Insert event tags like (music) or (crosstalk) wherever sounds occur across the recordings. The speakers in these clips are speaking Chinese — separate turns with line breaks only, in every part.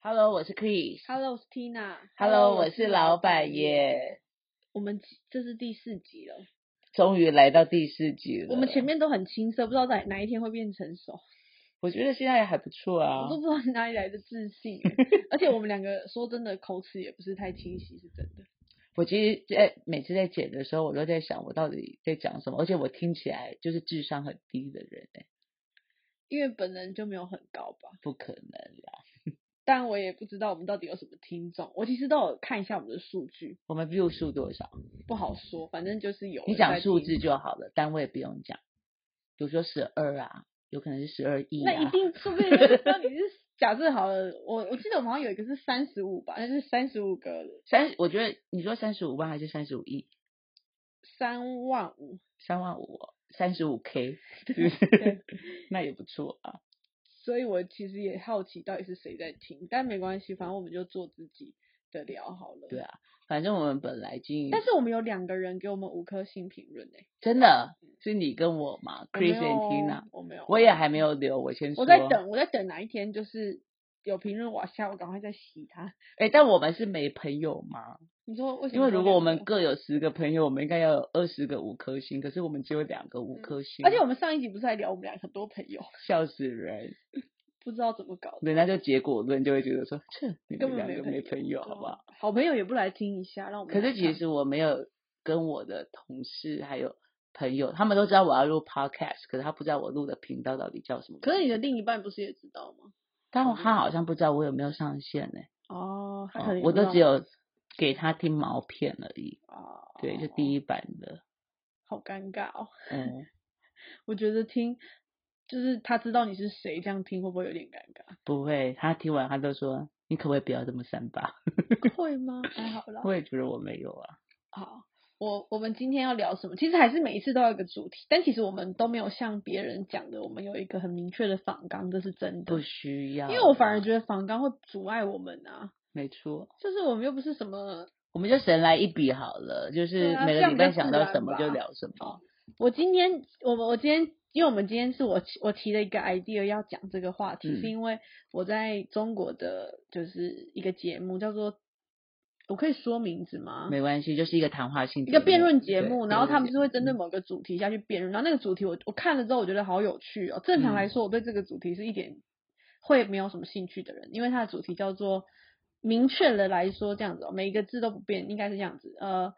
Hello，我是 Chris。
Hello，我是 Tina。
Hello，我是老百。耶。
我们这是第四集了，
终于来到第四集了。
我们前面都很青涩，不知道在哪一天会变成熟，
我觉得现在还不错啊
我。都不知道哪里来的自
(laughs)
信欸。而且我们两个说真的，口齿也不是太清晰，是真的。
我其实在每次在剪的时候，我都在想我到底在讲什么，而且我听起来就是智商很低的人哎、
因为本人就没有很高吧，
不可能啊啦。
但我也不知道我们到底有什么听众。我其实都有看一下我们的数据，
我们 view 数多少？
不好说，反正就是有。
你讲数字，就好了，单位不用讲。比如说十二啊，有可能是十二亿
那一
啊。
定说不定就是说你是 (laughs) 假设好了，我我记得我们好像有一个是三十五吧，那是三十五个
三，我觉得你说三十五万还是三十五亿？
三万五，
三万五，哦三十五 K，
对对
(laughs) 那也不错啊。
所以我其实也好奇到底是谁在听，但没关系，反正我们就做自己的聊好了。
对啊反正我们本来经营，
但是我们有两个人给我们五颗星评论欸诶
真的是你跟我嘛，Chris and Tina，
我没有，
我也还没有留，我先说。
我在。等，我在等哪一天就是有评论往下，我赶快再洗它。
哎、但我们是没朋友吗？
你说为什
因
么
为
有两个？
如果我们各有十个朋友，我们应该要有二十个五颗星，可是我们只有两个五颗星，
嗯而且我们上一集不是还聊我们俩很多朋友，
笑死人。
不知道怎么搞的，
人家就结果论就会觉得说，这你
根
们
本
两个
朋
没
友，
朋友，
对
好不
啊
好？？
好朋友也不来听一下，让我们
可是
来
其
看
实我没有跟我的同事还有朋友，他们都知道我要录 podcast，可是他不知道我录的频道到底叫什么。
可是你的另一半不是也知道吗？
但他好像不知道我有没有上线呢、
哦，他
哦
可能也
我
不知
都
道
只有给他听毛片而已。
啊，
对，就
一，
第一版的，
好尴尬哦。
嗯，
我觉得听就是他知道你是谁，这样听会不会有点尴尬？
不会，他听完他都说，你可不可以不要这么三八？
(laughs) 会吗？还好啦。
我也觉得我没有啊，
好，我我们今天要聊什么？其实还是每一次都有一个主题，但其实我们都没有像别人讲的，我们有一个很明确的访纲，这是真的
不。需要
因
啦，
为我反而觉得访纲会阻碍我们啊，
没错，
就是我们又不是什么，
我们就神来一笔好了，就是
对啊
每
这
个
样
礼
比较
拜想
自
到
然
什么就
吧
聊什么
好。我今天我我今天。因为我们今天是我提我提了一个 idea 要讲这个话题，
嗯
是因为我在中国的就是一个节目叫做，我可以说名字吗？
没关系，就是一个谈话性
哦一
节
个辩论
目
节
对
目，
辩
然后
论
他们
节
是会针对某个主题下去辩论，然后那个主题我我看了之后我觉得好有趣哦。正常来
嗯
说，我对这个主题是一点会没有什么兴趣的人，因为它的主题叫做明确的来说这样子、哦，每一个字都不变，应该是这样子。呃，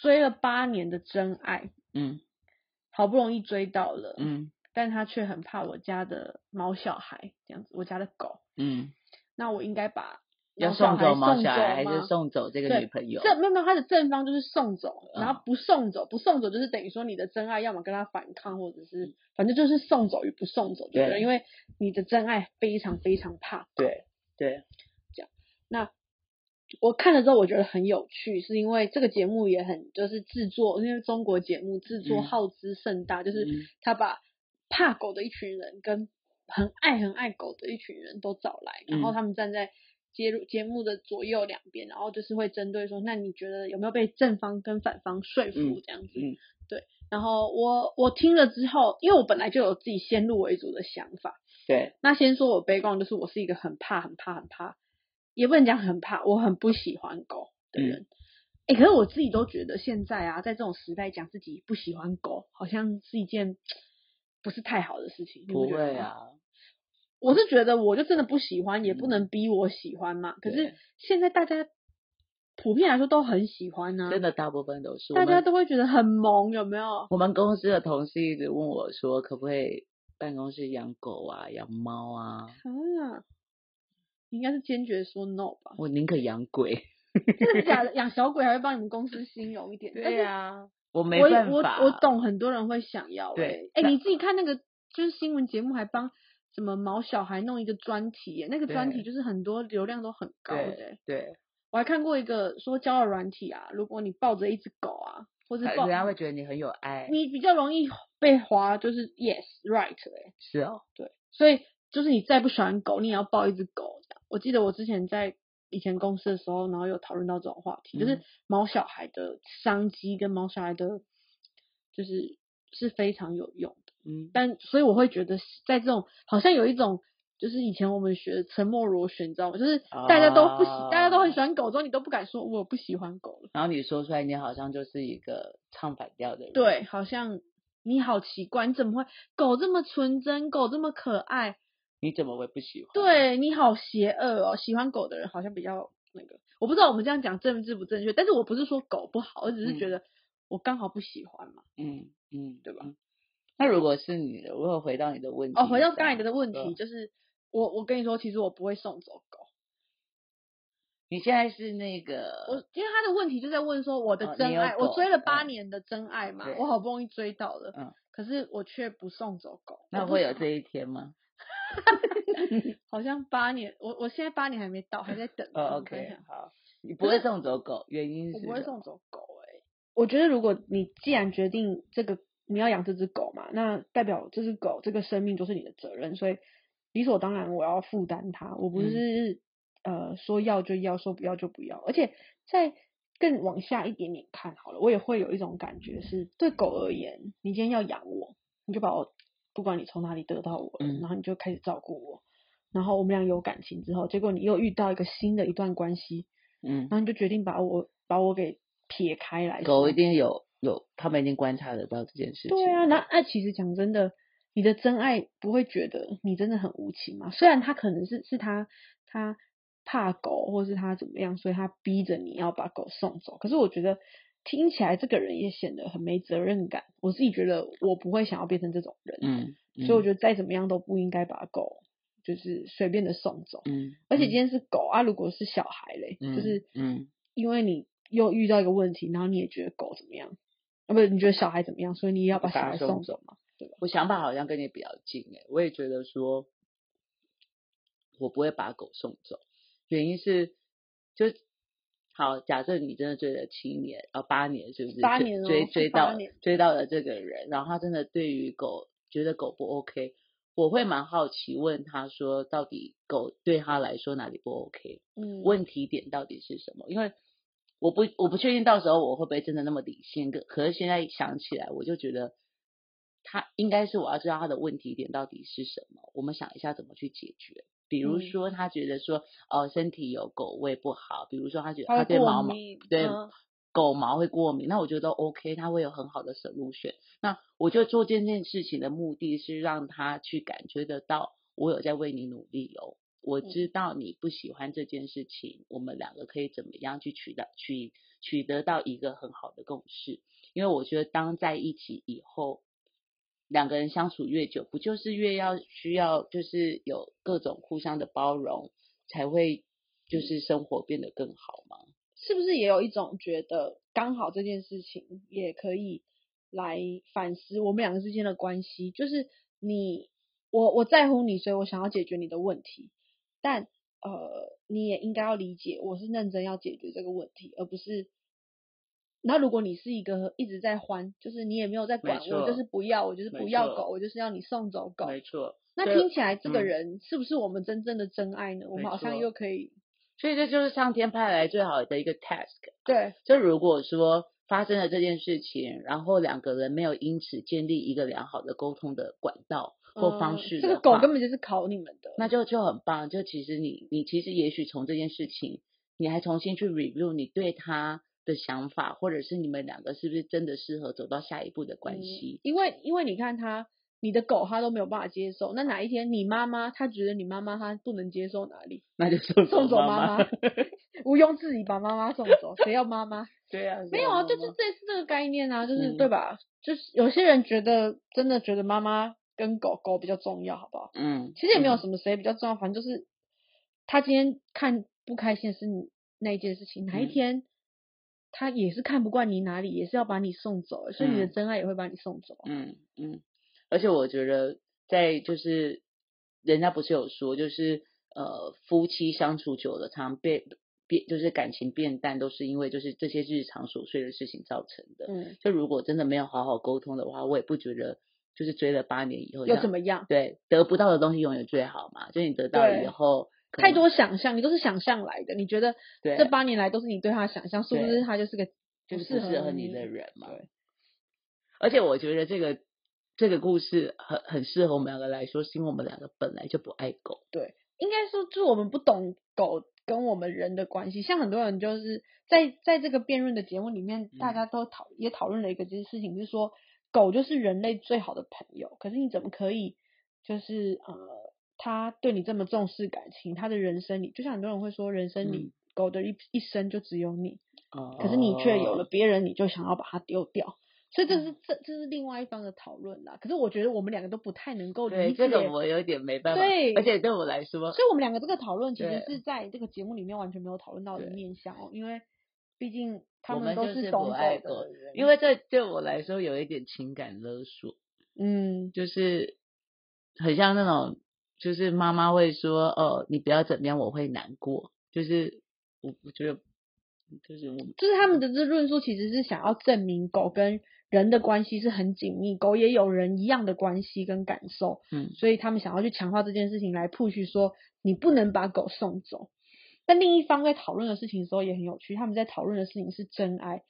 追了八年的真爱，
嗯
好不容易追到了，
嗯
但他却很怕我家的毛小孩这样子，我家的狗，
嗯，
那我应该把
要
毛小
送
孩
走毛
送
小孩还
吗
是送走这个
对
女朋友？
这没有没有，他的正方就是送走，然
嗯
后不送走，不送走就是等于说你的真爱要么跟他反抗，或者是反正就是送走与不送走，对不
嗯对
对？因为你的真爱非常非常怕。
对对，
那我看了之后，我觉得很有趣，是因为这个节目也很就是制作，因为中国节目制作
嗯
耗资甚大，就是
嗯
他把怕狗的一群人跟很爱很爱狗的一群人都找来，然后
嗯
他们站在节目节目的左右两边，然后就是会针对说，那你觉得有没有被正方跟反方说
嗯
服这样子？
嗯
对，然后我我听了之后，因为我本来就有自己先入为主的想法，
对，
那先说我悲观，就是我是一个很怕、很怕、很怕，也不能讲很怕，我很不喜欢狗的
嗯
人。哎、可是我自己都觉得现在啊，在这种时代讲自己不喜欢狗，好像是一件不是太好的事情。你
不
觉得
会
吗？
啊，
我是觉得我就真的不喜欢，也不
嗯
能逼我喜欢嘛。可
对
是现在大家普遍来说都很喜欢呢、
真的大部分都是。我
大家
们
都会觉得很萌，有没有？
我们公司的同事一直问我说，可不可以办公室养狗啊，养猫啊？
啊，你应该是坚决说 no 吧？
我宁可养鬼。
真的假的？养小鬼还会帮你们公司心
(laughs)
有一点，但是
啊，我没
我
办
我
法。
我。懂很多人会想要、欸。
对
哎、
那
你自己看那个，就是新闻节目还帮什么毛小孩弄一个专题、欸，那个专
对
题就是很多流量都很高的、欸。
对，
我还看过一个说交友软体啊，如果你抱着一只狗啊，或是
他
抱
呃人家会觉得你很有爱。
你比较容易被划，就是 yes right 哎、
是哦，
对，所以就是你再不喜欢狗，你也要抱一只狗这样。我记得我之前在以前公司的时候，然后有讨论到这种话题，就是
嗯
毛小孩的商机跟毛小孩的，就是是非常有用的。
嗯，
但所以我会觉得，在这种好像有一种就是以前我们学沉默螺旋，你知道吗？就是大家都不喜，大家都很喜欢狗，之后你都不敢说我不喜欢狗了。
然后你说出来，你好像就是一个唱反调的人。
对，好像你好奇怪，你怎么会狗这么纯真，狗这么可爱？
你怎么会不喜欢？
对你好邪恶哦！喜欢狗的人好像比较那个，我不知道我们这样讲正治不正确，但是我不是说狗不好，我只是觉得我刚好不喜欢嘛。
嗯嗯，
对吧
嗯？那如果是你的，如果回到你的问题
哦，回到刚才
上
的问题，
对啊
就是我我跟你说，其实我不会送走狗，
你现在是那个，
我因为他的问题就在问说我
哦
的
你
真
有
爱，我
狗
追了八
嗯
年的真爱嘛
对，
我好不容易追到了，
嗯
可是我却不送走狗，我
那
不啊
会
知
有
道
这一天吗？
好像八年，我我现在八年还没到，还在等。
(laughs) 哦
我跟你
，OK，
讲
好，你不会送走狗，原因是
我不会
什么
送走狗哎、我觉得如果你既然决定这个你要养这只狗嘛，那代表这只狗这个生命就是你的责任，所以理所当然我要负担它。我不
嗯
是、呃说要就要，说不要就不要。而且再更往下一点点看好了，我也会有一种感觉是，对狗而言，你今天要养我，你就把我不管你从哪里得到我了，
嗯
然后你就开始照顾我。然后我们俩有感情之后，结果你又遇到一个新的一段关系，
嗯
然，后你就决定把我把我给撇开来。
狗一定有有，他们已经观察得到这件事情。
对啊，那那其实讲真的，你的真爱不会觉得你真的很无情嘛？虽然他可能是是他他怕狗，或是他怎么样，所以他逼着你要把狗送走。可是我觉得听起来这个人也显得很没责任感。我自己觉得我不会想要变成这种人，
嗯，
所以我
得，
觉得再怎么样都不应该把狗就是随便的送走。
嗯，
而且今
嗯
天是狗啊，如果是小孩嘞，
嗯
就是
嗯
因为你又遇到一个问题，然后你也觉得狗怎么样，啊，不是你觉得小孩怎么样，所以你也要把
把
小
它
孩
送
送走嘛。
我想法好像跟你比较近诶、我也觉得说，我不会把狗送走，原因是就好，假设你真的追了七年，呃、八年是不是？
八
追
年哦
追
是
追
八
到
年
追到了这个人，然后他真的对于狗觉得狗不 OK，我会蛮好奇问他说，到底狗对他来说哪里不 OK？
嗯，
问题点到底是什么？因为我不我不确定到时候我会不会真的那么理性，可可是现在想起来，我就觉得他应该是我要知道他的问题点到底是什么，我们想一下怎么去解决。比如
嗯
说他觉得说哦、身体有狗味不好，比如说他觉得
他
他
会
对
过
毛毛
敏
对
嗯
狗毛会过敏，那我觉得都 OK，他会有很好的 solution。那我觉得做这件事情的目的是让他去感觉得到我有在为你努力哦，我
嗯
知道你不喜欢这件事情，我们两个可以怎么样去取到取取得到一个很好的共识。因为我觉得当在一起以后，两个人相处越久，不就是越要需要就是有各种互相的包容，才会就是生活变得更好吗？
是不是也有一种觉得刚好这件事情也可以来反思我们两个之间的关系？就是你我我在乎你，所以我想要解决你的问题，但呃，你也应该要理解我是认真要解决这个问题，而不是。那如果你是一个一直在还，就是你也没有在管
没错
我，就是不要，我就是
没
不要
错
狗，我就是要你送走狗。
没错，
那
对
听起来这个
嗯
人是不是我们真正的真爱呢？我们
没
好像
错
又可以
所以这就是上天派来最好的一个 task。
对
就如果说发生了这件事情，然后两个人没有因此建立一个良好的沟通的管道或方
嗯
式
这
的
个
话，
狗根本就是考你们的。
那就就很棒。就其实你你其实也许从这件事情，你还重新去 review 你对他的想法，或者是你们两个是不是真的适合走到下一步的关
嗯
系？
因为因为你看他，你的狗它都没有办法接受，那哪一天你妈妈她觉得你妈妈她不能接受哪里，
那就送
送走
妈
妈
(laughs)
妈毋庸置疑把妈妈送走，谁要妈妈？
对啊，
没有啊，
送
就是
妈妈
这是这个概念啊，就是、
嗯
对吧？就是有些人觉得真的觉得妈妈跟狗狗比较重要，好不好？
嗯，
其实也没有
嗯
什么谁比较重要，反正就是他今天看不开心的是你那一件事情，哪一
嗯
天他也是看不惯你哪里，也是要把你送走，所以你的
嗯
真爱也会把你送走。啊
嗯，嗯，而且我觉得在就是人家不是有说，就是呃夫妻相处久了，常变变就是感情变淡，都是因为就是这些日常琐碎的事情造成的。
嗯，
就如果真的没有好好沟通的话，我也不觉得就是追了八年以后
又
这
怎
样
么样？
对得不到的东西永远最好嘛，就你得到了以
对
后可
太
能
多想象，你都是想象来的。你觉得
啊对啊
这八年来都是你对他的想象，是不
对
是他就是个
就是
不
不适合
合
你的
人？
人嘛
对。
而且我觉得这个这个故事很很适合我们两个来说，是因为我们两个本来就不爱狗。
应该说，就是我们不懂狗跟我们人的关系。像很多人就是在在这个辩论的节目里面，
嗯
大家都讨也讨论了一个这件事情，就是说狗就是人类最好的朋友。可是你怎么可以就是呃，它对你这么重视感情，它的人生里，就像很多人会说，人生里、
嗯
狗的一一生就只有你，
哦嗯
可是你却有了别人，你就想要把它丢掉。所以这是这这是另外一方的讨论啦。可是我觉得我们两个都不太能够理
对
解
这个我有点没办法，
对
而且对我来说，
所以我们两个这个讨论其实
对
是在这个节目里面完全没有讨论到的
对
面向哦，因为毕竟他
我们
都
就是是
懂
不爱
狗的
狗
人，
因为这对我来说有一点情感勒索，
嗯
就是很像那种，就是妈妈会说哦，你不要怎么样，我会难过，就是我我觉得就是我
就是他们的这论述其实是想要证明狗跟人的关系是很紧密，狗也有人一样的关系跟感受，
嗯
所以他们想要去强化这件事情来 push 说你不能把狗送走。但另一方在讨论的事情的时候也很有趣，他们在讨论的事情是真爱。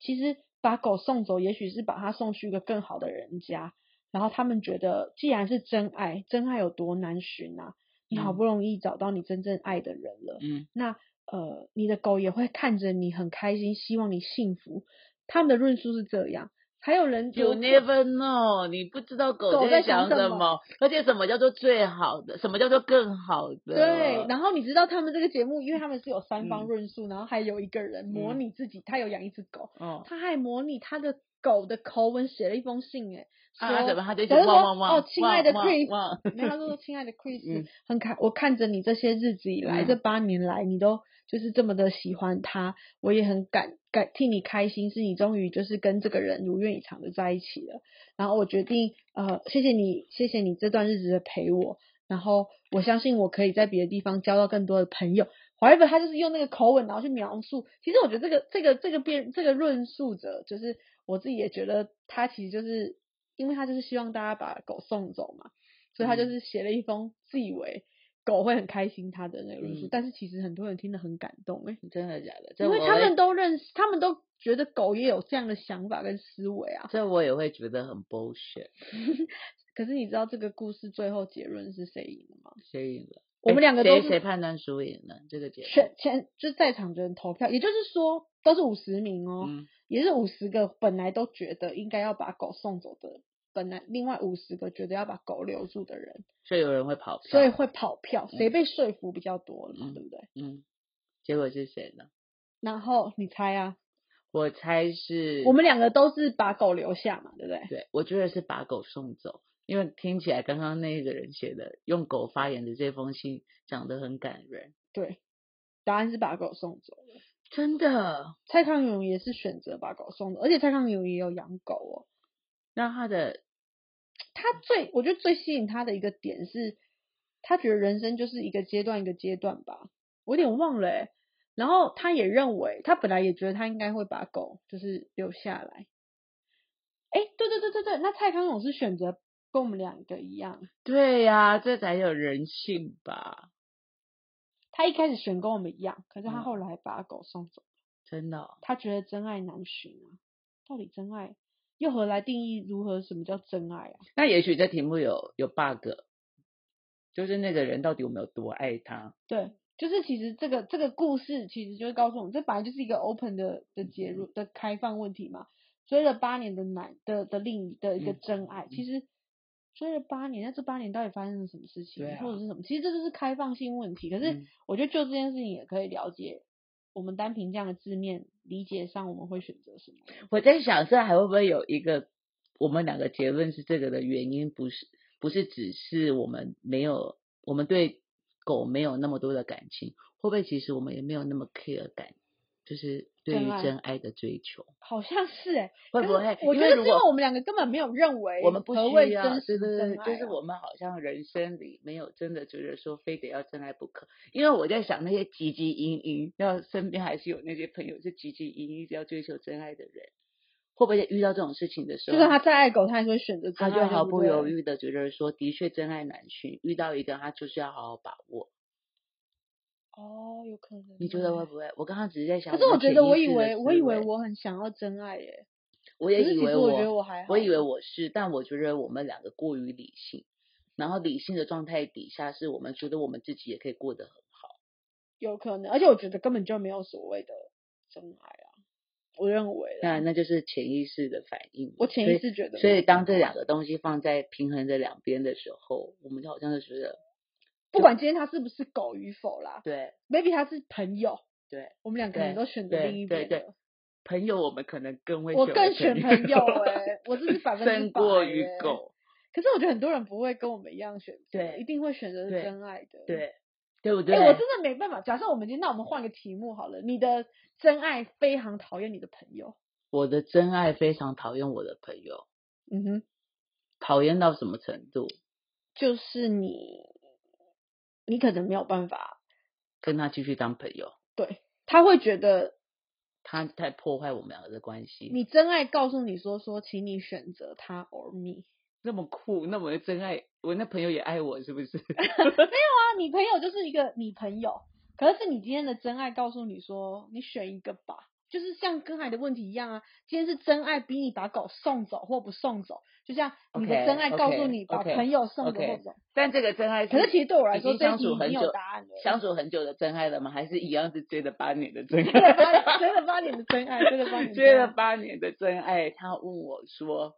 其实把狗送走，也许是把它送去一个更好的人家，然后他们觉得既然是真爱，真爱有多难寻啊？你好
嗯
不容易找到你真正爱的人了，
嗯
那呃，你的狗也会看着你很开心，希望你幸福。他们的论述是这样，还有人
，you
有
never know，你不知道狗
狗
在
在想
想
什
什
么
么，而且什么叫做最好的，什么叫做更好的，哦
对，然后你知道他们这个节目，因为他们是有三方
嗯
论述，然后还有一个人模
嗯
拟自己，他有养一只狗，
哦，
他还模拟他的狗的口吻写了一封信，哎，
啊啊
说
怎么他就一直
假如说
汪汪汪
哦，亲爱的
汪汪
Chris，
汪 (laughs)
没有，他说亲爱的 Chris，
嗯
很看我看着你这些日子以来，
嗯
这八年来你都就是这么的喜欢他，我也很感感替你开心，是你终于就是跟这个人如愿以偿的在一起了。然后我决定，呃，谢谢你，谢谢你这段日子的陪我。然后我相信我可以在别的地方交到更多的朋友。however，他就是用那个口吻，然后去描述。其实我觉得这个这个这个辩这个论述者，就是我自己也觉得他其实就是，因为他就是希望大家把狗送走嘛，所以他就
嗯
是写了一封自以为狗会很开心他的那个论述，
嗯
但是其实很多人听得很感动哎、
真的假的？这
因为
我
他
会
们都认识，他们都觉得狗也有这样的想法跟思维啊。
这我也会觉得很 bullshit，
可是你知道这个故事最后结论是谁赢了吗？
谁赢了？
我们
哎
两个都
谁
是
谁判断输赢了？这个结论
全全就是在场的人投票，也就是说都是五十名哦，
嗯
也是五十个本来都觉得应该要把狗送走的，本来另外五十个觉得要把狗留住的人，
所以有人会跑票，
所以会跑票，谁
嗯
被说服比较多了嘛，
嗯
对不对？
嗯，结果是谁呢？
然后你猜啊，
我猜是
我们两个都是把狗留下嘛，对不对？
对，我觉得是把狗送走，因为听起来刚刚那个人写的用狗发言的这封信讲得很感人，
对，答案是把狗送走。
真的。
蔡康永也是选择把狗送走，而且蔡康永也有养狗哦。
那他的
他最我觉得最吸引他的一个点是，他觉得人生就是一个阶段一个阶段吧，我有点忘了、欸。然后他也认为，他本来也觉得他应该会把狗就是留下来。哎、对对对对对，那蔡康永是选择跟我们两个一样，
对呀、这才有人性吧？
他一开始选跟我们一样，可是他
嗯
后来把狗送走，
真的哦、
他觉得真爱难寻啊。到底真爱又何来定义？如何什么叫真爱啊？
那也许这题目有有 bug，就是那个人到底有没有多爱他？
对，就是其实这个这个故事其实就会告诉我们，这本来就是一个 open 的的结论的开放问题嘛。追了八年的男的的另一的一个
嗯
真爱，其实追了八年，那这八年到底发生了什么事情，
对啊
或者是什么？其实这就是开放性问题。可是
嗯
我觉得就这件事情也可以了解，我们单凭这样的字面理解上，我们会选择什么？
我在想，这还会不会有一个我们两个结论是这个的原因，不是不是只是我们没有我们对狗没有那么多的感情，会不会其实我们也没有那么 care 感，就是对
真
于
爱
真爱的追求，
好像是哎、
会
可
不
是
会？
我
因
觉
为
得是
如
因为
果
我们两个根本没有认为
我们不
何
需
谓
要，
真
对
实
对
真
对，
爱、啊
就是我们好像人生里没有真的觉得说非得要真爱不可。因为我在想那些汲汲营营，要身边还是有那些朋友是汲汲营营一直要追求真爱的人，会不会遇到这种事情的时
就
候，
是他再爱狗，他还是会选择
他
真爱，
就毫
对
不
对
犹豫的觉得说，的确真爱难寻，遇到一个他就是要好好把握。
哦，有可能。
你觉得会？不会？我刚刚只是在想，
可是我觉得，我以
潜意识的
为，
思
我以为
维
我很想要真爱耶。
我也
可是
以
其
为
实
我
我觉得我还好
以为我是，但我觉得我们两个过于理性，然后理性的状态底下，是我们觉得我们自己也可以过得很好。
有可能，而且我觉得根本就没有所谓的真爱啊，我认为啦。
那那就是潜意识的反应嘛。
我潜
所
意
以
识觉得，
所以当这两个东西放在平衡的两边的时候，我们就好像就觉得
不管今天他是不是狗与否啦
对
，maybe 他是朋友，
对，
我们两个人
对
都选择
对
另一
对
边
对
了。
朋友我们可能更会
我更选朋友哎、我这
(laughs)
是百分之
胜
百
过于
欸
狗。
可是我觉得很多人不会跟我们一样选择，
对
一定会选择
对
真爱的。，
对对不对？
哎、我真的没办法。假设我们今天，那我们换个题目好了。你的真爱非常讨厌你的朋友，
我的真爱非常讨厌我的朋友，
嗯哼，
讨厌到什么程度？
就是你，你可能没有办法，
跟他继续当朋友，
对他会觉得
他太破坏我们两个的关系。
你真爱告诉你说说，请你选择他 or me。
那么酷，那我的真爱，我那朋友也爱我，是不
(laughs)
是？
啊，你朋友就是一个你朋友，可是你今天的真爱告诉你说，你选一个吧，就是像跟海的问题一样啊。今天是真爱逼你把狗送走或不送走，就像你的真爱告诉你把
OK，OK，
朋友送走
OK
或不送。
但这个真爱
可是其实对我来
已
说，
经
这一
相
题
处
已经
很
有
久
答案了。
相处很久的真爱了吗？还是一样是追了八年的真
追了
爱？
八追了八年的 (laughs) 真爱，
(laughs)
追了八年的
追
真
了
爱，
八年的真爱，他问我说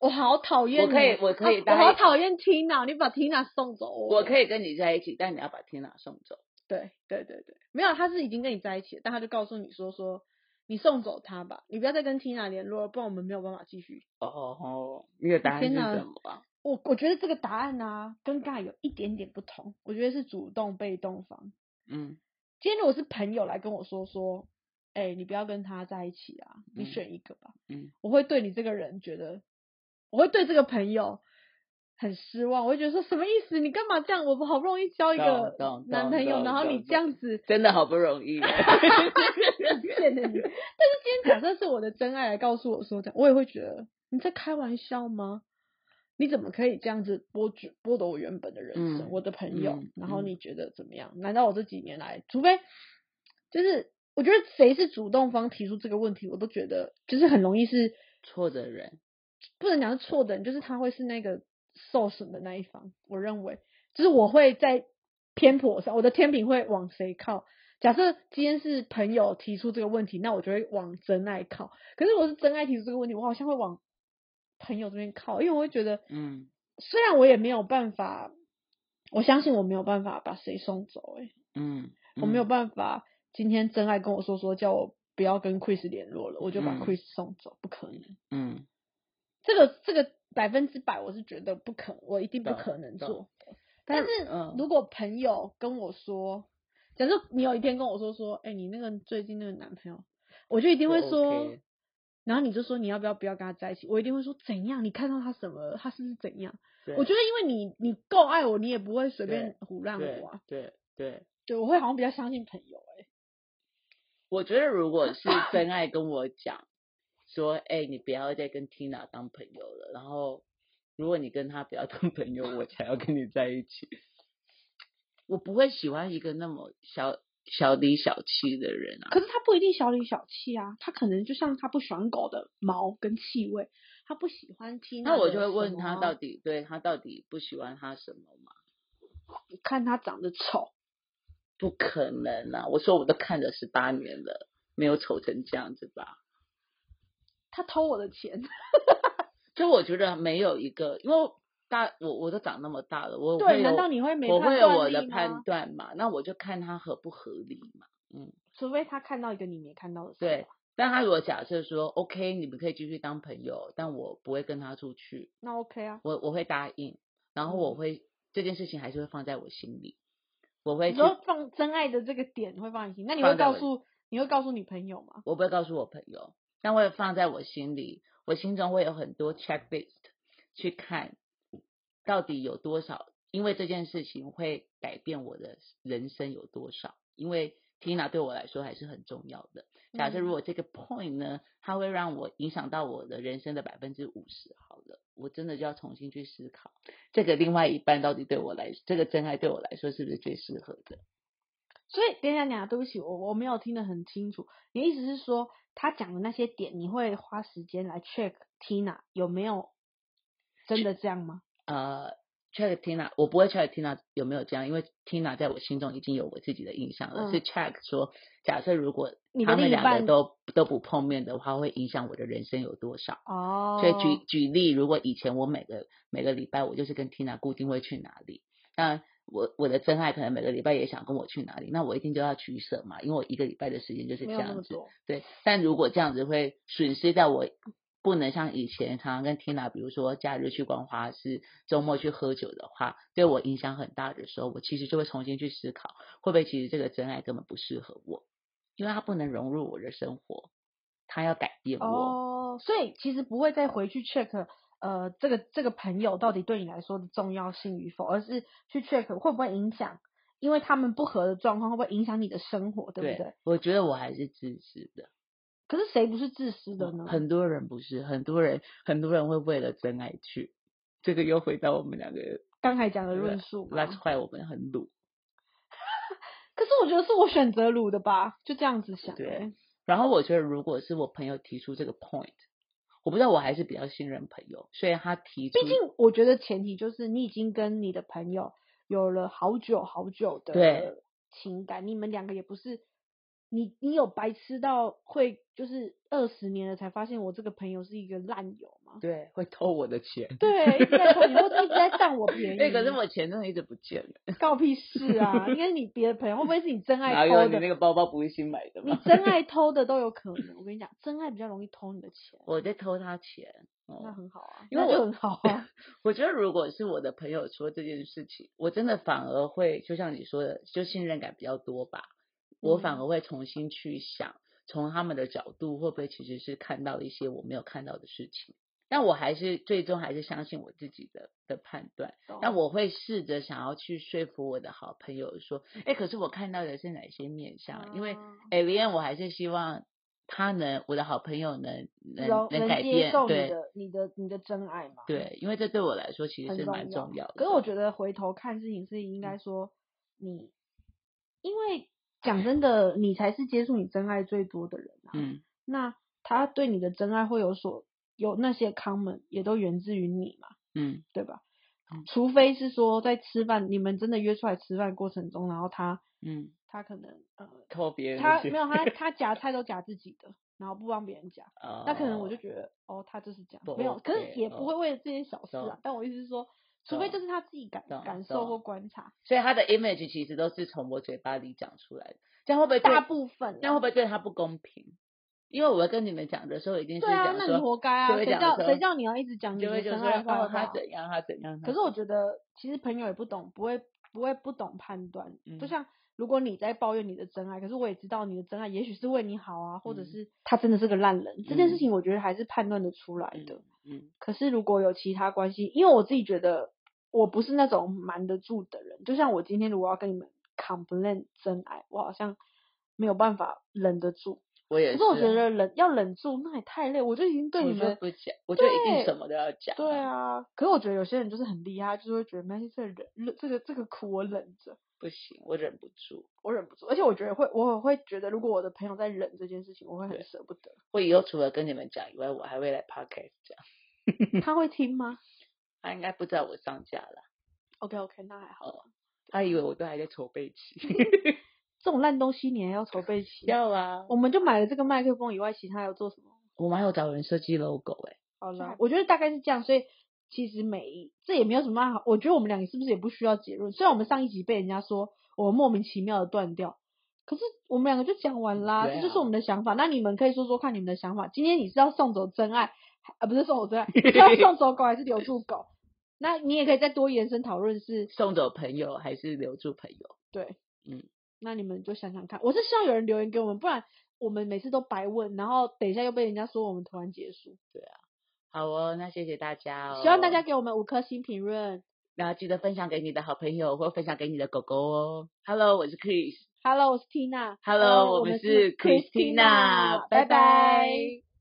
我好讨厌
我可以
你
我可以
啊
答
我好
应
讨厌 Tina，你把 Tina 送走：“我，
我可以跟你在一起，但你要把天娜送走。
对对对对，没有，他是已经跟你在一起了，但他就告诉你说说，你送走他吧，你不要再跟 Tina 联络了，不然我们没有办法继续。”
哦，你的答案是
天哪
什么啊？
我我觉得这个答案呢、啊，跟刚才有一点点不同，我觉得是主动被动方。 (laughs)
嗯，
今天如果是朋友来跟我说说，哎、你不要跟他在一起啊，你
嗯
选一个吧，
嗯，
我会对你这个人觉得，我会对这个朋友。很失望，我会觉得说什么意思？你干嘛这样？我们好不容易交一个
懂懂
男
懂
朋友，
懂
然后
懂
你
懂
这样子，
真的好不容易。啊
(laughs) 贱的你。但是今天假设是我的真爱来告诉我说这样，我也会觉得你在开玩笑吗？你怎么可以这样子剥夺剥夺我原本的人生，
嗯
我的朋友？
嗯
然后
嗯
你觉得怎么样？难道我这几年来，除非就是我觉得谁是主动方提出这个问题，我都觉得就是很容易是
错的人，
不能讲是错的人，就是他会是那个受损的那一方。我认为，就是我会在偏颇上，我的天平会往谁靠？假设今天是朋友提出这个问题，那我就会往真爱靠。可是我是真爱提出这个问题，我好像会往朋友这边靠，因为我会觉得，
嗯，
虽然我也没有办法，我相信我没有办法把谁送走、欸，
嗯，
我没有
嗯
办法。今天真爱跟我说说，叫我不要跟 Chris 联络了，我就把
嗯
Chris 送走，不可能。
嗯，
这个这个百分之百我是觉得不可，我一定不
懂
可能
懂
做。但是
嗯
如果朋友跟我说，假设你有一天跟我说说，哎、你那个最近那个男朋友，我就一定
不
会说
OK
然后你就说你要不要不要跟他在一起，我一定会说怎样，你看到他什么了，他是不是怎样？
对
我觉得因为你你够爱我，你也不会随
对
便胡乱
对
我啊。
对对，
对，我会好像比较相信朋友、哎，
我觉得如果
(laughs)
是真爱跟我讲说，哎、你不要再跟 Tina 当朋友了，然后如果你跟他不要当朋友，我才要跟你在一起。我不会喜欢一个那么小小里小气的人啊。
可是他不一定小里小气啊，他可能就像他不喜欢狗的毛跟气味，他不喜欢听。
那我就会问他到
底。
底对他到底不喜欢他什么嘛？
看他长得丑，
不可能啊！我说我都看了十八年了，没有丑成这样子吧？
他偷我的钱，
就我觉得没有一个，因为大我我都长那么大了，我会
对，
有
难道你会没
我会
判
有
断
我
力
的
吗
判断嘛？那我就看他合不合理嘛。
除非他看到一个你没看到的事。
对，但他如果假设说 OK，你们可以继续当朋友，但我不会跟他出去，
那 OK 啊。
我我会答应，然后我
嗯
会、这件事情还是会放在我心里，我会
你
去，
说放真爱的这个点会放在心，那你会
放在
告
我
诉你会告诉你朋友吗？
我不会告诉我朋友，但我会放在我心里，我心中会有很多 checklist 去看，到底有多少，因为这件事情会改变我的人生有多少，因为 Tina 对我来说还是很重要的。假设
嗯
如果这个 point 呢，它会让我影响到我的人生的百分之五十，好了，我真的就要重新去思考，这个另外一半到底对我来，这个真爱对我来说是不是最适合的？
所以等一下，等一下，对不起，我我没有听得很清楚。你的意思是说，他讲的那些点，你会花时间来 check Tina 有没有真的这样吗？
呃，check Tina，我不会 check Tina 有没有这样，因为 Tina 在我心中已经有我自己的印象了。
嗯
是 check 说，假设如果
你的
他们
另一
两个
半
都都不碰面的话，会影响我的人生有多少？
哦，
所以举举例，如果以前我每个每个礼拜我就是跟 Tina 固定会去哪里，那我我的真爱可能每个礼拜也想跟我去哪里，那我一定就要取舍嘛，因为我一个礼拜的时间就是这
没有那么
样子。
多，
对，但如果这样子会损失掉我不能像以前常常跟 Tina，比如说假日去逛花市，周末去喝酒的话，对我影响很大的时候，我其实就会重新去思考，会不会其实这个真爱根本不适合我，因为他不能融入我的生活，他要改变我。
哦，所以其实不会再回去 check 呃这个这个朋友到底对你来说的重要性与否，而是去 check 会不会影响，因为他们不合的状况会不会影响你的生活，对不对？
我觉得我还是自私的。
可是谁不是自私的呢？
很多人不是，很多人很多人会为了真爱去。这个又回到我们两个
刚才讲的论述嘛，
，That's why 我们很鲁。
可是我觉得是我选择卤的吧，就这样子想、
对
欸
然后我觉得，如果是我朋友提出这个 point，我不知道我还是比较信任朋友，所以他提出，
毕竟我觉得前提就是你已经跟你的朋友有了好久好久
对
的情感，你们两个也不是你你有白痴到会就是二十年了才发现我这个朋友是一个烂友吗？
对会偷我的
(laughs)
钱。
对，一直在偷你，或者一直在占我
(laughs)
便宜。
对，哎可是我钱真的一直不见了，
告屁事啊！应该是你别的朋友，会不会是你真
哪
爱
有
偷
你那
的？
个包包不是新买的
你
吗？ (laughs)
真爱偷的都有可能。我跟你讲，真爱比较容易偷你的钱，
我在偷他钱。哦
那很好啊，
因为
那就
我
很好
(laughs)
啊。
我觉得如果是我的朋友说这件事情，我真的反而会就像你说的，就信任感比较多吧。我反
嗯
而会重新去想，从他们的角度会不会其实是看到一些我没有看到的事情。但我还是最终还是相信我自己的的判断。那
懂
我会试着想要去说服我的好朋友说，哎，可是我看到的是哪些面相？因为
啊
a l 我还是希望他能，我的好朋友能能
容
能改
接
变，
受你
对
的你的你的真爱嘛，，
对，因为这对我来说其实
很
是蛮
重
重要的。嗯
可是我觉得回头看事情是应该说你，因为讲真的，你才是接触你真爱最多的人啊。
嗯，
那他对你的真爱会有所有那些 common，也都源自于你嘛，
嗯
对吧
嗯？
除非是说在吃饭，你们真的约出来吃饭过程中，然后他
嗯，
他可能呃，
靠别人
他没有
(laughs)
他他夹菜都夹自己的，然后不帮别人夹。 (laughs) 那可能我就觉得，哦，他就是这样
不，
没有，可是
OK，
也不会
哦
为了这件小事
懂
啊。但我意思是说，除非这
懂
是他自己感
懂
感受或
懂
观察，
所以他的 image 其实都是从我嘴巴里讲出来的，这样会不会对
大部分
这样会
啦
不会对他不公平？因为我跟你们讲的时候，已经是
对啊
讲，
那你
说，
活该啊！
就会
谁
讲
叫
说
谁叫你要一直讲你
就
的
会就
真
说
爱话
哦
好不
他嗯
好？
怎样他怎样，他
可是我觉得，其实朋友也不懂，不会不会不懂判断。
嗯
就像如果你在抱怨你的真爱，可是我也知道你的真爱也许是为你好啊，或者
嗯
是他真的是个烂人，这件事
嗯
情我觉得还是判断得出来
嗯
的。
嗯
可是如果有其他关系，因为我自己觉得我不是那种瞒得住的人，就像我今天如果要跟你们 complain 真爱，我好像没有办法忍得住。
我也
可
是，啊
是我觉得忍要忍住那也太累，我就已经对
我
你
就
们
不讲，我就一定
对
什么都要讲，
对，啊。可是我觉得有些人就是很厉害，就是会觉得没关系，这个忍忍这个这个苦我忍着，
不行，我忍不住，
我忍不住。而且我觉得会，我会觉得如果我的朋友在忍这件事情，我会很
对
舍不得。
我以后除了跟你们讲以外，我还会来 podcast 讲，
他会听吗
他应该不知道我上架了，
？OK OK，那还好。
他以为我都还在筹备期，
这种烂东西你还 (laughs) 要筹备起来。
要啊，
我们就买了这个麦克风以外，其他有做什么？
我们还有找人设计 logo 哎、
好
就还
了，我觉得大概是这样，所以其实每一这也没有什么好，我觉得我们两个是不是也不需要结论？虽然我们上一集被人家说我们莫名其妙的断掉，可是我们两个就讲完啦，
对啊
这就是我们的想法。那你们可以说说看你们的想法。今天你是要送走真爱，啊不是送走真爱，是
(laughs)
要送走狗还是留住狗？那你也可以再多延伸讨论是，
送走朋友还是留住朋友？
对，
嗯，
那你们就想想看。我是希望有人留言给我们，不然我们每次都白问，然后等一下又被人家说我们突然结束。
好哦，那谢谢大家哦，
希望大家给我们五颗星评论。
然后记得分享给你的好朋友或分享给你的狗狗哦。Hello，我是 Chris。
Hello，我是 Tina。
Hello，我们是 Christina，拜拜